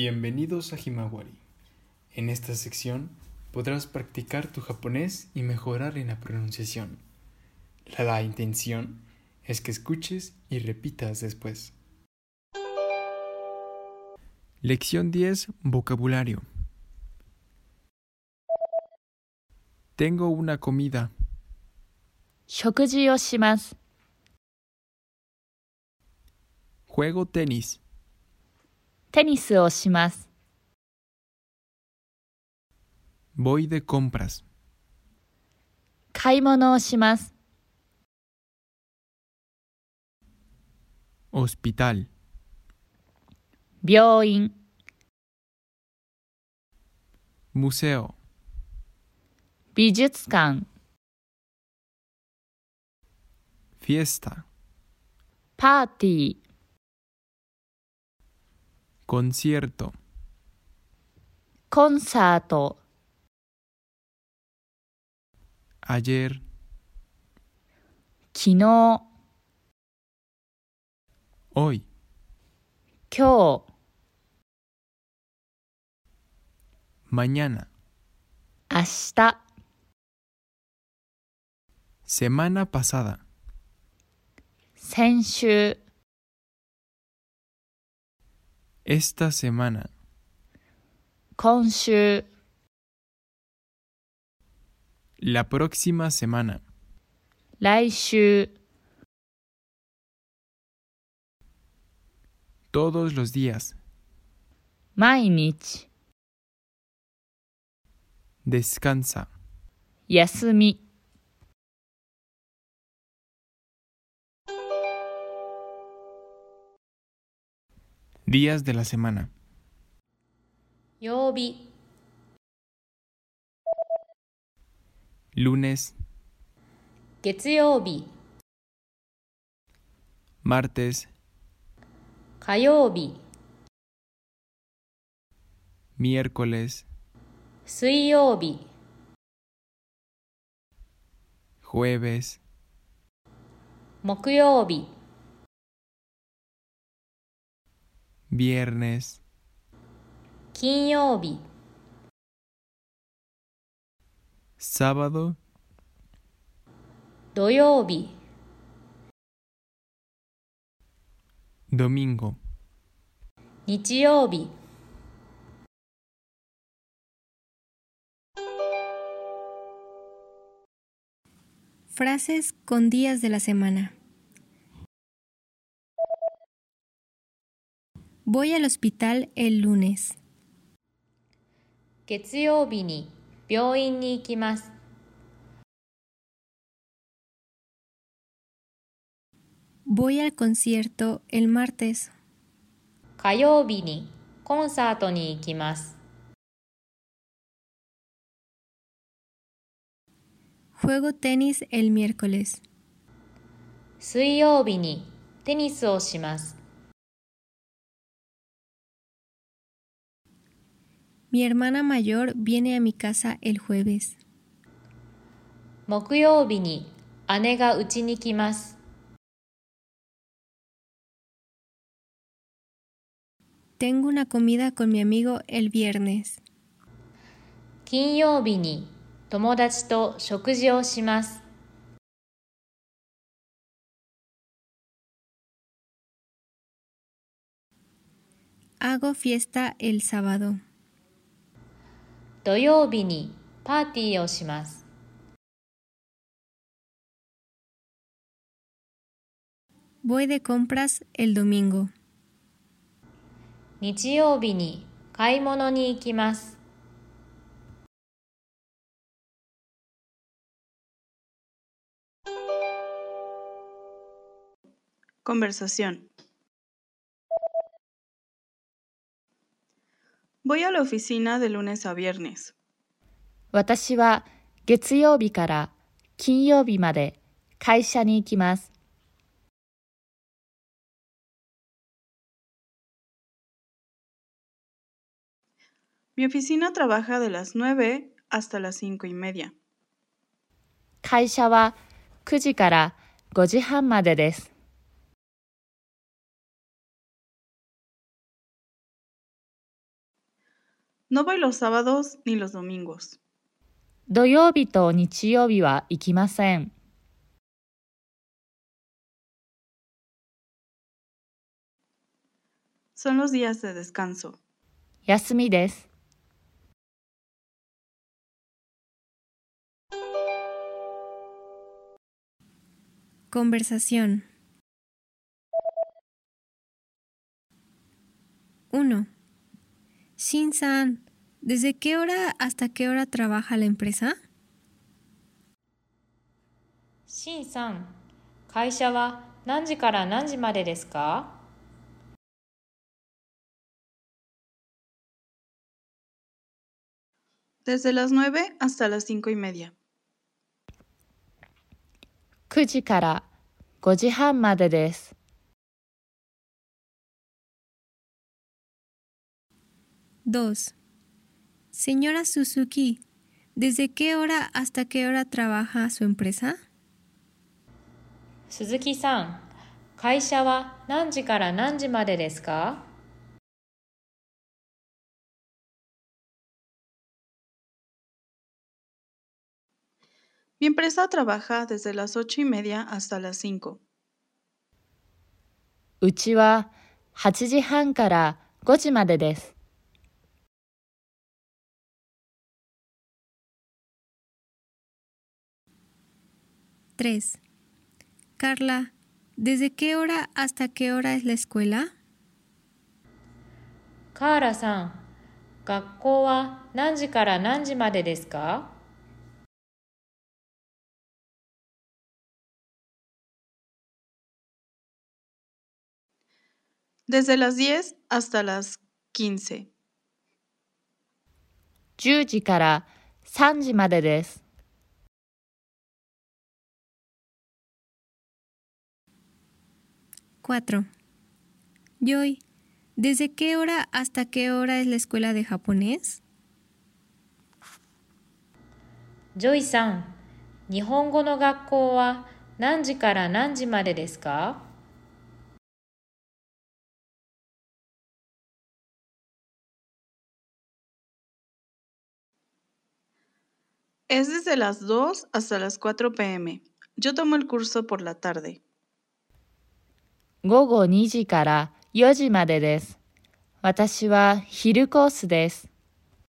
Bienvenidos a Himawari. En esta sección podrás practicar tu japonés y mejorar en la pronunciación. La, la intención es que escuches y repitas después. Lección 10. Vocabulario. Tengo una comida. 食事をします。 Juego tenis. テニスをします。 Voy de compras. 買い物をします。 Hospital. 病院、 Museo. 美術館、 Fiesta. パーティー、 Concierto. コンサート、 Ayer. 昨日、今 Hoy. 日、 Mañana. 明日、 Semana pasada. 先週、 Esta semana. 今週、 La próxima semana. 来週、 Todos los días. 毎日、 Descansa. 休み。 Días de la semana. 曜日、 Lunes, 月曜日、 martes, 火曜日、 miércoles, 水曜日、 jueves, 木曜日、 viernes, 金曜日、 sábado, 土曜日、 domingo, 日曜日、 Frases con días de la semana. Voy al hospital el lunes. 月曜日に病院に行きます。 Voy al concierto el martes. 火曜日にコンサートに行きます。 Juego tenis el miércoles. 水曜日にテニスをします。 Mi hermana mayor viene a mi casa el jueves. 木曜日に姉がうちに来ます。 Tengo una comida con mi amigo el viernes. 金曜日に友達と食事をします。 Hago fiesta el sábado. 土曜日にパーティーをします。 Voy de compras el domingo. 日曜日に買い物に行きます。 Conversación. Voy a la oficina de lunes a viernes. 私は月曜日から金曜日まで会社に行きます。 Mi oficina trabaja de las 9 hasta las 5 y media. 会社は9時から5時半までです。 No voy los sábados ni los domingos. 土曜日と日曜日は行きません。 Son los días de descanso. 休みです。 Conversación. 1. Shin-san, ¿desde qué hora hasta qué hora trabaja la empresa? しんさん、会社は何時から何時までですか Desde las 9 hasta las 5 y media. 9時から5時半までです。 2. Señora Suzuki, ¿desde qué hora hasta qué hora trabaja su empresa? 鈴木さん、会社は何時から何時までですか Mi empresa trabaja desde las 8 y media hasta las 5. うちは8時半から5時までです。 3. Carla, ¿desde qué hora hasta qué hora es la escuela? カーラさん、学校は何時から何時までですか Desde las 10 hasta las 15. 10時から3時までです。 4. Joy, ¿desde qué hora hasta qué hora es la escuela de japonés? ジョイさん、日本語の学校は何時から何時までですか Es desde las 2 hasta las 4 pm. Yo tomo el curso por la tarde. 午後2時から4時までです。私は昼コースです。